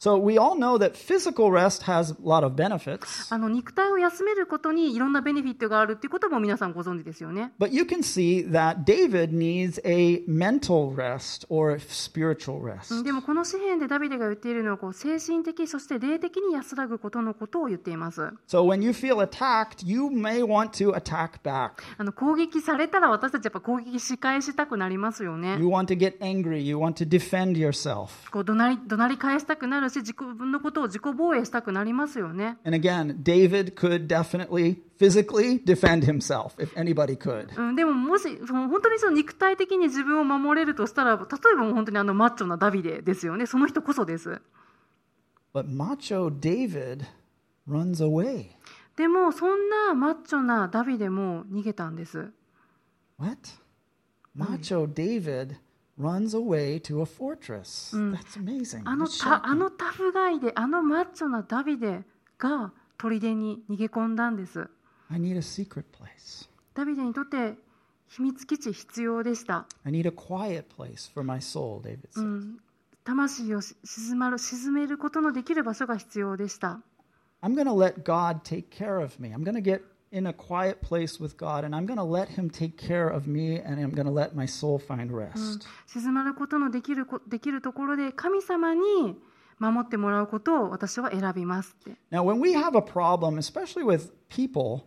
[SPEAKER 2] So we all know that physical rest has a lot of benefits,
[SPEAKER 1] あの肉体を休めることにいろんなベネフィットがあるっていうことも皆さんご存知ですよね
[SPEAKER 2] but you can see that David needs a mental rest or spiritual rest.
[SPEAKER 1] でもこの詩篇でダビデが言っているのはこう精神的そして霊的に安らぐことのことを言っています
[SPEAKER 2] So when you feel attacked, you may want to attack back.
[SPEAKER 1] あの攻撃されたら私たちやっぱ攻撃し返したくなりますよね
[SPEAKER 2] You want to get angry, you want to defend yourself.
[SPEAKER 1] こう怒鳴り怒鳴り返したくなるし自己分のことを自己防衛したくなりますよね
[SPEAKER 2] And again, David could definitely physically defend himself if anybody could.
[SPEAKER 1] うん、でももしその本当にその肉体的に自分を守れるとしたら例えばもう本当にあのマッチョなダビデですよねその人こそです。
[SPEAKER 2] But macho David runs away.
[SPEAKER 1] でもそんなマッチョなダビデも逃げたんです。
[SPEAKER 2] What? Macho David runs away to a fortress. That's amazing.
[SPEAKER 1] あの
[SPEAKER 2] That's
[SPEAKER 1] た
[SPEAKER 2] shocking.
[SPEAKER 1] あのタフガイであのマッチョなダビデが砦に逃げ込んだんです。
[SPEAKER 2] I need a secret place.
[SPEAKER 1] ダビデにとって秘密基地必要でした。
[SPEAKER 2] I need a quiet place for my soul, David says.
[SPEAKER 1] うん、魂をし静まる沈めることのできる場所が必要でした。
[SPEAKER 2] I'm going to let God take care of me. I'm going to get in a quiet place with God and I'm going to let Him take care of me and I'm going to let my soul find rest.
[SPEAKER 1] 静まることのできるこできるところで神様に守ってもらうことを私は選びますって
[SPEAKER 2] Now, when we have a problem, especially with people,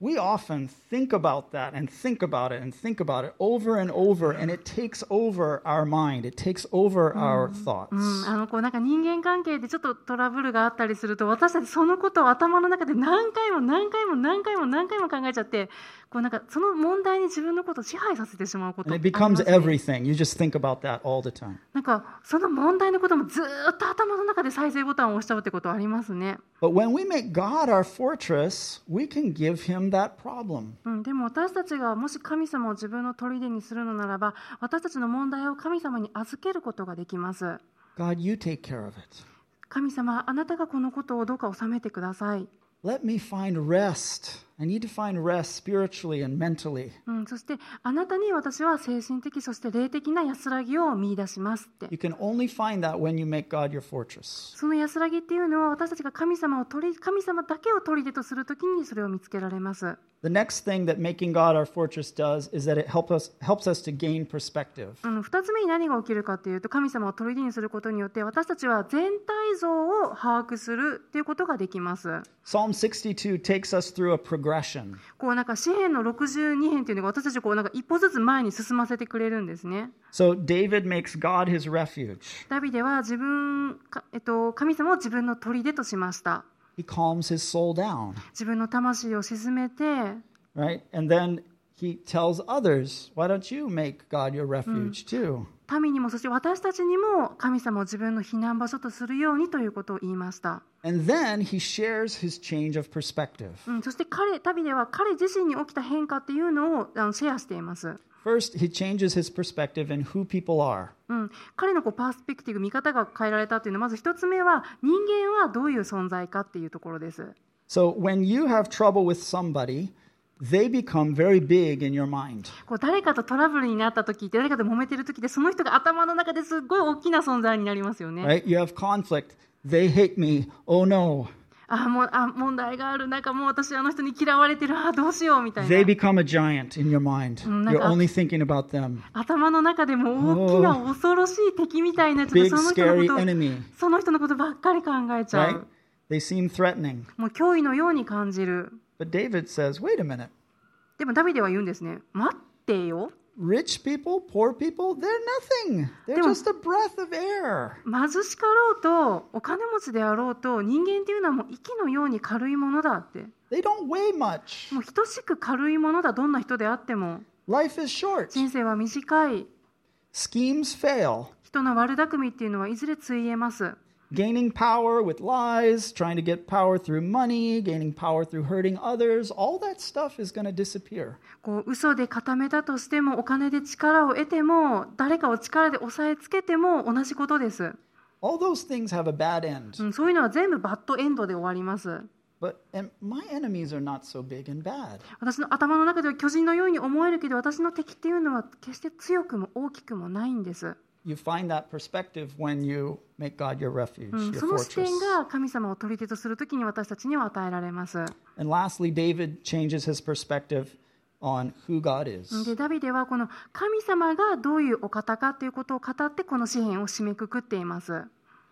[SPEAKER 2] we often think about that and think about it and think about it over and over, and it takes over our mind. It takes over our thoughts.
[SPEAKER 1] うんあのこうなんか人間関係でちょっとトラブルがあったりすると私たちそのことを頭の中で何回も何回も何回も何回も考えちゃってこうなんかその問題に自分のことを支配させてしまうことあ
[SPEAKER 2] And
[SPEAKER 1] り
[SPEAKER 2] it
[SPEAKER 1] ます
[SPEAKER 2] becomes everything. You just think about that all the time.
[SPEAKER 1] なんかその問題のこともずーっと頭の中で再生ボタンを押しちゃうってことはありますね、
[SPEAKER 2] But when we make God our fortress, we can give Him that problem.
[SPEAKER 1] うん、でも私たちがもし神様を自分の砦にするのならば私たちの問題を神様に預けることができます。
[SPEAKER 2] God, you take care of it.
[SPEAKER 1] 神様あなたがこのことをどうか収めてください、
[SPEAKER 2] Let me find rest. I need to find rest spiritually and mentally.
[SPEAKER 1] うん、そしてあなたに私は精神的そして霊的な安らぎを見出しますっ
[SPEAKER 2] You
[SPEAKER 1] て
[SPEAKER 2] can only find that when you make God your fortress.
[SPEAKER 1] その安らぎっていうのは私たちが神様を取り神様だけを砦とするときにそれを見つけられます、
[SPEAKER 2] The next thing that making God our fortress does is that it help us, helps us to gain perspective.
[SPEAKER 1] うん、2つ目に何が起きるかっていうと神様を砦にすることによって私たちは全体像を把握するっていうことができます
[SPEAKER 2] Psalm 62 takes us through a progression.
[SPEAKER 1] こうなんか詩篇の62編っていうのが私たちをこうなんか一歩ずつ前に進ませてくれるんですね
[SPEAKER 2] So David makes God his refuge.
[SPEAKER 1] ダビデは自分か、えっと、神様を自分の砦としました。
[SPEAKER 2] He calms his soul down,
[SPEAKER 1] 自分の魂を鎮めて、
[SPEAKER 2] right? And then he tells others, why don't you make God your refuge too?
[SPEAKER 1] 民にもそして私たちにも神様を自分の避難場所とするようにということを言いました。
[SPEAKER 2] And then he shares his change of perspective.
[SPEAKER 1] うん、そして彼、ダビデは彼自身に起きた変化っていうのをあのシェアしています。
[SPEAKER 2] First, he changes his perspective in who people are.
[SPEAKER 1] うん、彼のこうパースペクティブ見方が変えられたっていうのはまず一つ目は人間はどういう存在かっていうところです。
[SPEAKER 2] So when you have trouble with somebody, they become very big in your mind.
[SPEAKER 1] こう誰かとトラブルになった時って誰かと揉めてる時ってその人が頭の中ですっごい大きな存在になりますよね。
[SPEAKER 2] Mm-hmm. right? You have conflict. They hate me. Oh no.
[SPEAKER 1] あもうあ問題があるなんかもう私あの人に嫌われてるあどうしようみたい
[SPEAKER 2] They
[SPEAKER 1] な
[SPEAKER 2] become a giant in your mind.
[SPEAKER 1] Uh-huh. Mm,
[SPEAKER 2] You're
[SPEAKER 1] like, uh,
[SPEAKER 2] only thinking about them.
[SPEAKER 1] 頭の中でも大きな恐ろしい敵みたいなちょっ
[SPEAKER 2] Big,
[SPEAKER 1] とその人の
[SPEAKER 2] scary
[SPEAKER 1] こと
[SPEAKER 2] enemy,
[SPEAKER 1] その人のことばっかり考えちゃ
[SPEAKER 2] right?
[SPEAKER 1] う
[SPEAKER 2] They seem threatening.
[SPEAKER 1] もう脅威のように感じる
[SPEAKER 2] But David says, wait a minute.
[SPEAKER 1] でもダビデは言うんですね待ってよ
[SPEAKER 2] Rich people, poor people, they're nothing. They're
[SPEAKER 1] They were-
[SPEAKER 2] just a breath of air.
[SPEAKER 1] 貧しかろうとお金持ちであろうと人間っていうのはもう息のように軽いものだって
[SPEAKER 2] They don't weigh much.
[SPEAKER 1] もう等しく軽いものだどんな人であっても
[SPEAKER 2] Life is short.
[SPEAKER 1] 人生は短い
[SPEAKER 2] Schemes fail.
[SPEAKER 1] 人の悪巧みっていうのはいずれついえます
[SPEAKER 2] Gaining power with lies, trying to get power through money, gaining power through hurting others, all that stuff is going to disappear.
[SPEAKER 1] こう嘘で固めたとしてもお金で力を得ても誰かを力で押さえつけても同じことです、
[SPEAKER 2] All those things have a bad end.
[SPEAKER 1] うん、そういうのは全部バッドエンドで終わります
[SPEAKER 2] But and my enemies are not so big and bad.
[SPEAKER 1] 私の頭の中では巨人のように思えるけど私の敵っていうのは決して強くも大きくもないんです
[SPEAKER 2] you find that perspective when you make God your refuge,
[SPEAKER 1] うん
[SPEAKER 2] your
[SPEAKER 1] その視
[SPEAKER 2] fortress.
[SPEAKER 1] 点が神様を取り手とするときに私たちには与えられます。
[SPEAKER 2] And lastly, David changes his perspective on who God is.
[SPEAKER 1] でダビデはこの神様がどういうお方かということを語ってこの詩篇を締めくくっています。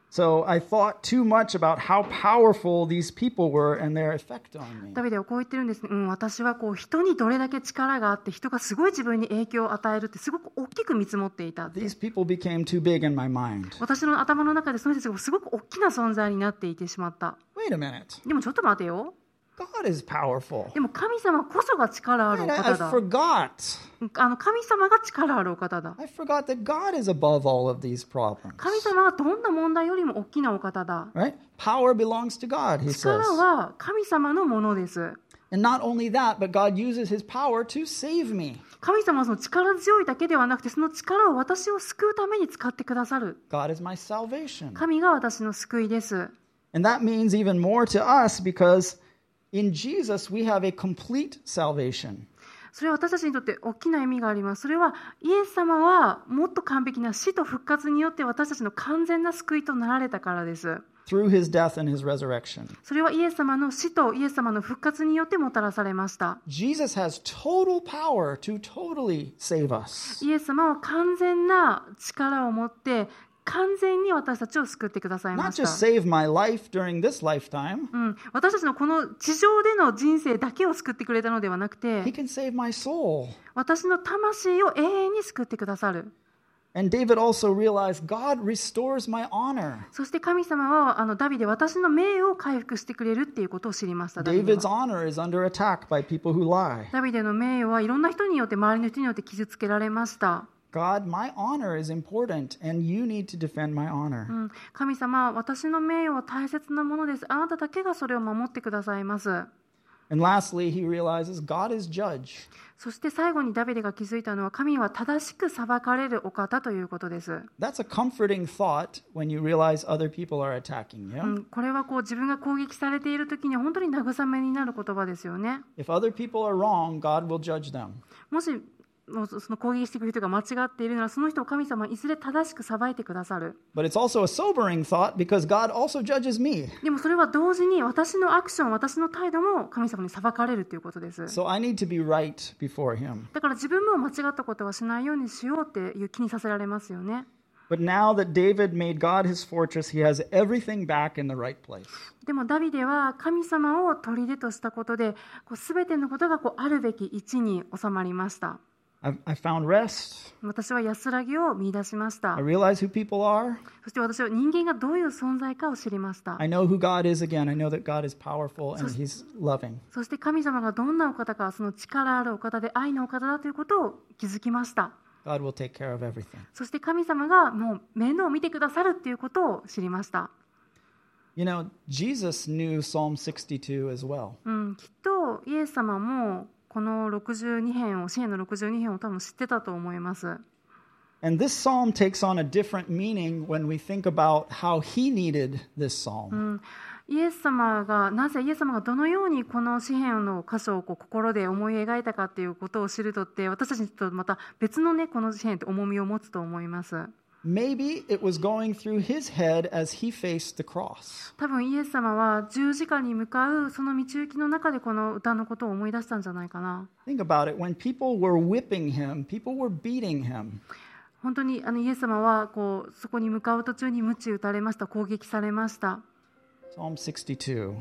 [SPEAKER 2] So I thought too much about how powerful these people were and their effect on me.
[SPEAKER 1] ダビデはこう言ってるんですね、うん、私はこう人にどれだけ力があって人がすごい自分に影響を与えるってすごく大きく見積もっていたって
[SPEAKER 2] These people became too big in my mind.
[SPEAKER 1] 私の頭の中でその人たちがすごく大きな存在になっていてしまった。
[SPEAKER 2] Wait a minute.
[SPEAKER 1] でもちょっと待てよ。
[SPEAKER 2] God is powerful.
[SPEAKER 1] でも神様こそが力あるお
[SPEAKER 2] And I,
[SPEAKER 1] 方
[SPEAKER 2] I
[SPEAKER 1] だ。
[SPEAKER 2] forgot.
[SPEAKER 1] あの神様が力あるお方だ。
[SPEAKER 2] I forgot that God is above all of these problems.
[SPEAKER 1] 神様はどんな問題よりも大きなお方だ。
[SPEAKER 2] Right? Power belongs to God, he
[SPEAKER 1] 力
[SPEAKER 2] says.
[SPEAKER 1] は神様のものです。
[SPEAKER 2] And not only that, but God uses his power to save me.
[SPEAKER 1] 神様はその力強いだけではなくて、その力を私を救うために使ってくださる。
[SPEAKER 2] God is my salvation.
[SPEAKER 1] 神が私の救いです。
[SPEAKER 2] And that means even more to us because in Jesus we have a complete salvation.
[SPEAKER 1] それは私たちにとって大きな意味があります。それはイエス様はもっと完璧な死と復活によって私たちの完全な救いとなられたからです。
[SPEAKER 2] through his death and his resurrection.
[SPEAKER 1] それはイエス様の死とイエス様の復活によってもたらされました。
[SPEAKER 2] Jesus has total power to totally save us.
[SPEAKER 1] イエス様は完全な力を持って完全に私たちを救ってくださいま
[SPEAKER 2] Not
[SPEAKER 1] し
[SPEAKER 2] just
[SPEAKER 1] た。
[SPEAKER 2] save my life during this lifetime,
[SPEAKER 1] うん、私たちのこの地上での人生だけを救ってくれたのではなく
[SPEAKER 2] he
[SPEAKER 1] て
[SPEAKER 2] can save my soul.
[SPEAKER 1] 私の魂を永遠に救ってくださる
[SPEAKER 2] And David also realized God restores my honor.
[SPEAKER 1] そして神様はあのダビデ私の名誉を回復してくれるっていうことを知りましたダビデ
[SPEAKER 2] David's
[SPEAKER 1] は
[SPEAKER 2] honor is under attack by people who lie.
[SPEAKER 1] ダビデの名誉はいろんな人によって周りの人によって傷つけられました、
[SPEAKER 2] God, my honor is important, and you need to defend my
[SPEAKER 1] う
[SPEAKER 2] honor.
[SPEAKER 1] ん、神様私の名誉は大切なものですあなただけがそれを守ってくださいます
[SPEAKER 2] And lastly, he realizes God is judge.
[SPEAKER 1] そして最後にダビデが気づいたのは神は正しく裁かれるお方ということです、
[SPEAKER 2] That's a comforting thought when you realize other people are attacking
[SPEAKER 1] う
[SPEAKER 2] you.
[SPEAKER 1] ん、これはこう自分が攻撃されている時に本当に慰めになる言葉ですよね
[SPEAKER 2] If other people are wrong, God will judge them.
[SPEAKER 1] もしもうそその攻撃してくれる人が間違っているならその人を神様はいずれ正しく裁いてくださる
[SPEAKER 2] But it's also a sobering thought because God also judges me.
[SPEAKER 1] でもそれは同時に私のアクション私の態度も神様に裁かれるということです
[SPEAKER 2] So I need to be right before Him.
[SPEAKER 1] だから自分も間違ったことはしないようにしようっていう気にさせられますよね
[SPEAKER 2] But now that David made God his fortress, he has everything back in the right place.
[SPEAKER 1] でもダビデは神様を砦としたことでこう全てのことがこうあるべき位置に収まりました。
[SPEAKER 2] I, I found rest.
[SPEAKER 1] 私は安らぎを見出しました
[SPEAKER 2] I。realize who people are.
[SPEAKER 1] そして私は人間がどういう存在かを知りました。
[SPEAKER 2] I know who God is again. I know that God is powerful and He's loving.
[SPEAKER 1] そして神様がどんなお方か、その力あるお方で愛のお方だということを気づきました。
[SPEAKER 2] God will take care of everything.
[SPEAKER 1] そして神様がもう面倒を見てくださるっていうことを知りました。
[SPEAKER 2] You know, Jesus knew Psalm 62 as well.
[SPEAKER 1] うん、きっとイエス様もこの62編を、支援の62編を多分知ってたと思います。
[SPEAKER 2] And this psalm takes on a different meaning when we think about how He needed this psalm.
[SPEAKER 1] イエス様がなぜイエス様がどのようにこの詩篇の箇所をこう心で思い描いたかっていうことを知るとって私たちにとってまた別のねこの詩篇って重みを持つと思います
[SPEAKER 2] Maybe it was going through his head as he faced the cross.
[SPEAKER 1] 多分イエス様は十字架に向かうその道行きの中でこの歌のことを思い出したんじゃないかな
[SPEAKER 2] Think about it. When people were whipping him, people were beating him.
[SPEAKER 1] 本当にあのイエス様はこうそこに向かう途中に鞭打たれました攻撃されました
[SPEAKER 2] Psalm 62.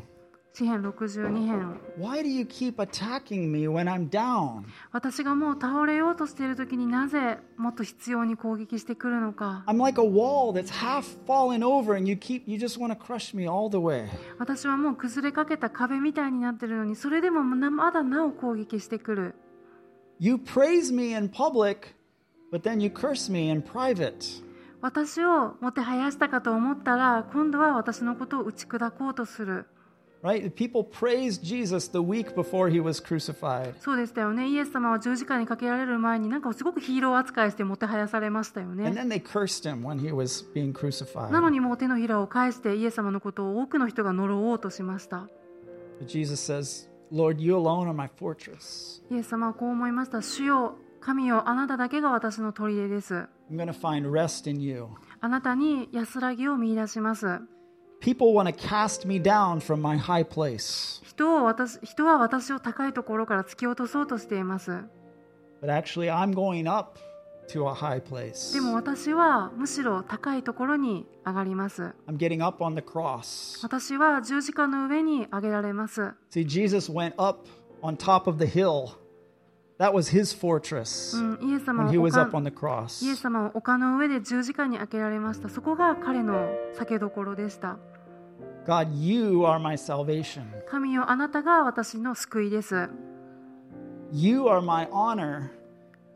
[SPEAKER 1] 詩篇62編
[SPEAKER 2] Why do you keep attacking me when I'm down?
[SPEAKER 1] 私がもう倒れようとしている時になぜもっと必要に攻撃してくるのか
[SPEAKER 2] I'm like a wall that's half fallen over and you keep you just want to crush me all the way.
[SPEAKER 1] 私はもう崩れかけた壁みたいになってるのにそれでもなまだなお攻撃してくる
[SPEAKER 2] You praise me in public, but then you curse me in private.
[SPEAKER 1] 私をもてはやしたかと思ったら今度は私のことを打ち砕こうとする
[SPEAKER 2] Right? People praised Jesus the week before he was crucified.
[SPEAKER 1] そうでしたよねイエス様は十字架にかけられる前になんかすごくヒーロー扱いしてもてはやされましたよ
[SPEAKER 2] And
[SPEAKER 1] ね
[SPEAKER 2] then they cursed him when he was being crucified.
[SPEAKER 1] なのにもう手のひらを返してイエス様のことを多くの人が呪おうとしました
[SPEAKER 2] But Jesus says, Lord, you alone are my fortress.
[SPEAKER 1] イエス様はこう思いました主よ神よ、あなただけが私の砦です。
[SPEAKER 2] I'm going to find rest in you.
[SPEAKER 1] あなたに安らぎを見出します。
[SPEAKER 2] People want to cast me down from my high place,
[SPEAKER 1] 人を私人は私を高いところから突き落とそうとしています。
[SPEAKER 2] but actually, I'm going up to a high place.
[SPEAKER 1] でも私はむしろ高いところに上がります。
[SPEAKER 2] I'm getting up on the cross.
[SPEAKER 1] 私は十字架の上に上げられます。
[SPEAKER 2] See, Jesus went up on top of the hill. That was his fortress
[SPEAKER 1] うん、イエス様
[SPEAKER 2] when
[SPEAKER 1] は
[SPEAKER 2] he was
[SPEAKER 1] 丘
[SPEAKER 2] up on the cross.
[SPEAKER 1] イエス様は丘の上で十字架に開けられました。そこが彼の避けどころでした。
[SPEAKER 2] God, you are my salvation.
[SPEAKER 1] 神よあなたが私の救いです。
[SPEAKER 2] You are my honor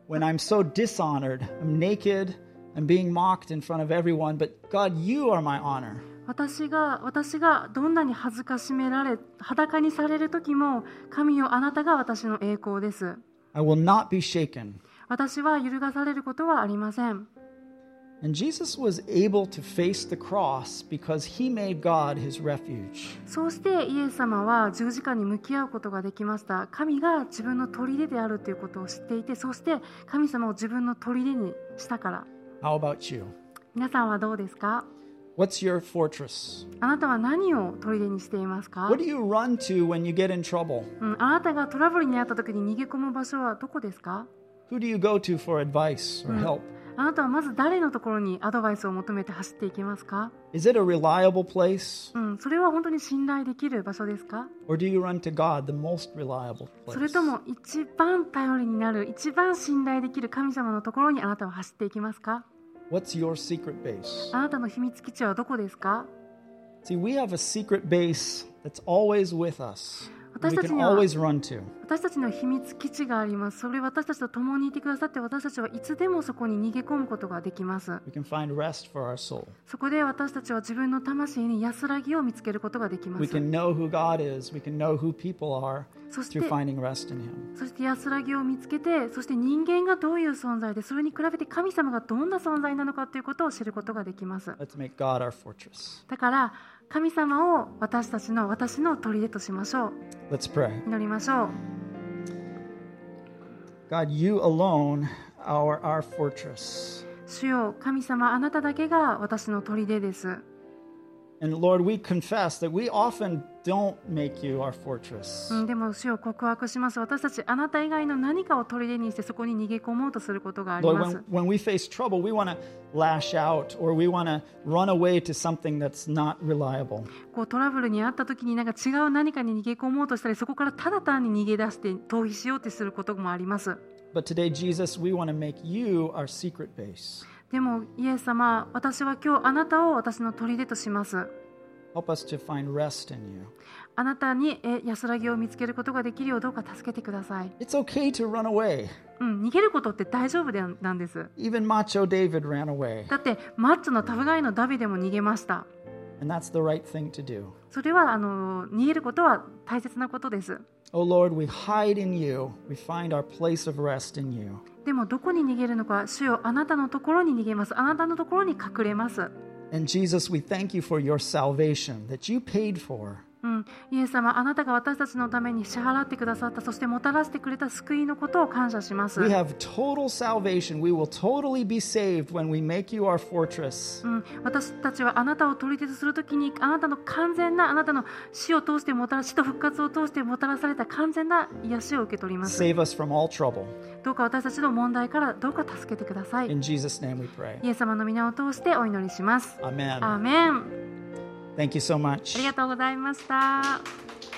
[SPEAKER 2] when I'm so dishonored. I'm naked. I'm being mocked in front of everyone. But God, you are my honor.
[SPEAKER 1] 私が私がどんなに恥ずかしめられ裸にされる時も神よあなたが私の栄光です。
[SPEAKER 2] I will not be shaken.
[SPEAKER 1] 私は揺るがされることはありません。
[SPEAKER 2] And Jesus was able to face the cross because he made God his refuge.
[SPEAKER 1] そうしてイエス様は十字架に向き合うことができました。神が自分の砦であるということを知っていて、そして神様を自分の砦にしたから。
[SPEAKER 2] How about you?
[SPEAKER 1] 皆さんはどうですか
[SPEAKER 2] What's your fortress?
[SPEAKER 1] あなたは何を砦にしていますか、
[SPEAKER 2] What do you run to when you get in trouble?
[SPEAKER 1] うん、あなたがトラブルに遭った時に逃げ込む場所はどこですか
[SPEAKER 2] Who do you go to for advice or help?
[SPEAKER 1] あなたはまず誰のところにアドバイスを求めて走っていきますか、
[SPEAKER 2] Is it a reliable place
[SPEAKER 1] うん、それは本当に信頼できる場所ですか
[SPEAKER 2] or do you run to God, the most reliable
[SPEAKER 1] それ
[SPEAKER 2] place?
[SPEAKER 1] とも一番頼りになる一番信頼できる神様のところにあなたは走っていきますか
[SPEAKER 2] What's your secret base?
[SPEAKER 1] あなたの秘密基地はどこですか
[SPEAKER 2] See, we have a secret base that's always with us. We can
[SPEAKER 1] 私たちには-
[SPEAKER 2] always run to.
[SPEAKER 1] 私たちの秘密基地がありますそれ私たちと共にいてくださって私たちはいつでもそこに逃げ込むことができます
[SPEAKER 2] We can find rest for our soul.
[SPEAKER 1] そこで私たちは自分の魂に安らぎを見つけることができま
[SPEAKER 2] We
[SPEAKER 1] す
[SPEAKER 2] can know who God is. We can know who people are
[SPEAKER 1] そして
[SPEAKER 2] through finding rest in Him.
[SPEAKER 1] そして安らぎを見つけてそして人間がどういう存在でそれに比べて神様がどんな存在なのかということを知ることができます
[SPEAKER 2] Let's make God our fortress.
[SPEAKER 1] だから神様を私たちの私の砦としましょう
[SPEAKER 2] Let's pray.
[SPEAKER 1] 祈りましょう
[SPEAKER 2] God, you alone are our fortress.
[SPEAKER 1] 主よ神様あなただけが私の砦です
[SPEAKER 2] And Lord, we confess that we often don't make you our fortress.
[SPEAKER 1] うんでも主を告白します私たちあなた以外の何かを砦にしてそこに逃げ込もうとすることがあり
[SPEAKER 2] Lord,
[SPEAKER 1] ま
[SPEAKER 2] when,
[SPEAKER 1] す
[SPEAKER 2] when we face trouble, we want to lash out or we want to run away to something that's not reliable.
[SPEAKER 1] こうトラブルにあった時になんか違う何かに逃げ込もうとしたりそこからただ単に逃げ出して逃避しようとすることもあります
[SPEAKER 2] But today, Jesus, we want to make you our secret base.
[SPEAKER 1] でもイエス様私は今日あなたを私の砦とします
[SPEAKER 2] Help us to find rest in you.
[SPEAKER 1] あなたにえ安らぎを見つけることができるようどうか助けてください、
[SPEAKER 2] It's okay to run away.
[SPEAKER 1] うん、逃げることって大丈夫でなんです
[SPEAKER 2] Even Macho David ran away,
[SPEAKER 1] だってマッチョのタフガイのダビデも逃げました
[SPEAKER 2] and that's the right thing to do.
[SPEAKER 1] それはあの逃げることは大切なことです
[SPEAKER 2] Oh Lord, we hide in you. We find our place of rest in you.
[SPEAKER 1] でもどこに逃げるのか主よあなたのところに逃げますあなたのところに隠れます、
[SPEAKER 2] And Jesus, we thank you for your salvation that you paid for.
[SPEAKER 1] うん、イエス様あなたが私たちのために支払ってくださったそしてもたらしてくれた救いのことを感謝します
[SPEAKER 2] We have total salvation. We will totally be saved when we make you our fortress.
[SPEAKER 1] うん、私たちはあなたを取り手とするときにあなたの完全なあなたの死を通してもたら死と復活を通してもたらされた完全な癒しを受け取ります
[SPEAKER 2] Save us from all trouble.
[SPEAKER 1] どうか私たちの問題からどうか助けてください
[SPEAKER 2] In Jesus' name we pray.
[SPEAKER 1] イエス様の皆を通してお祈りします Um,
[SPEAKER 2] Amen.
[SPEAKER 1] アーメン
[SPEAKER 2] Thank you so much.
[SPEAKER 1] ありがとうございました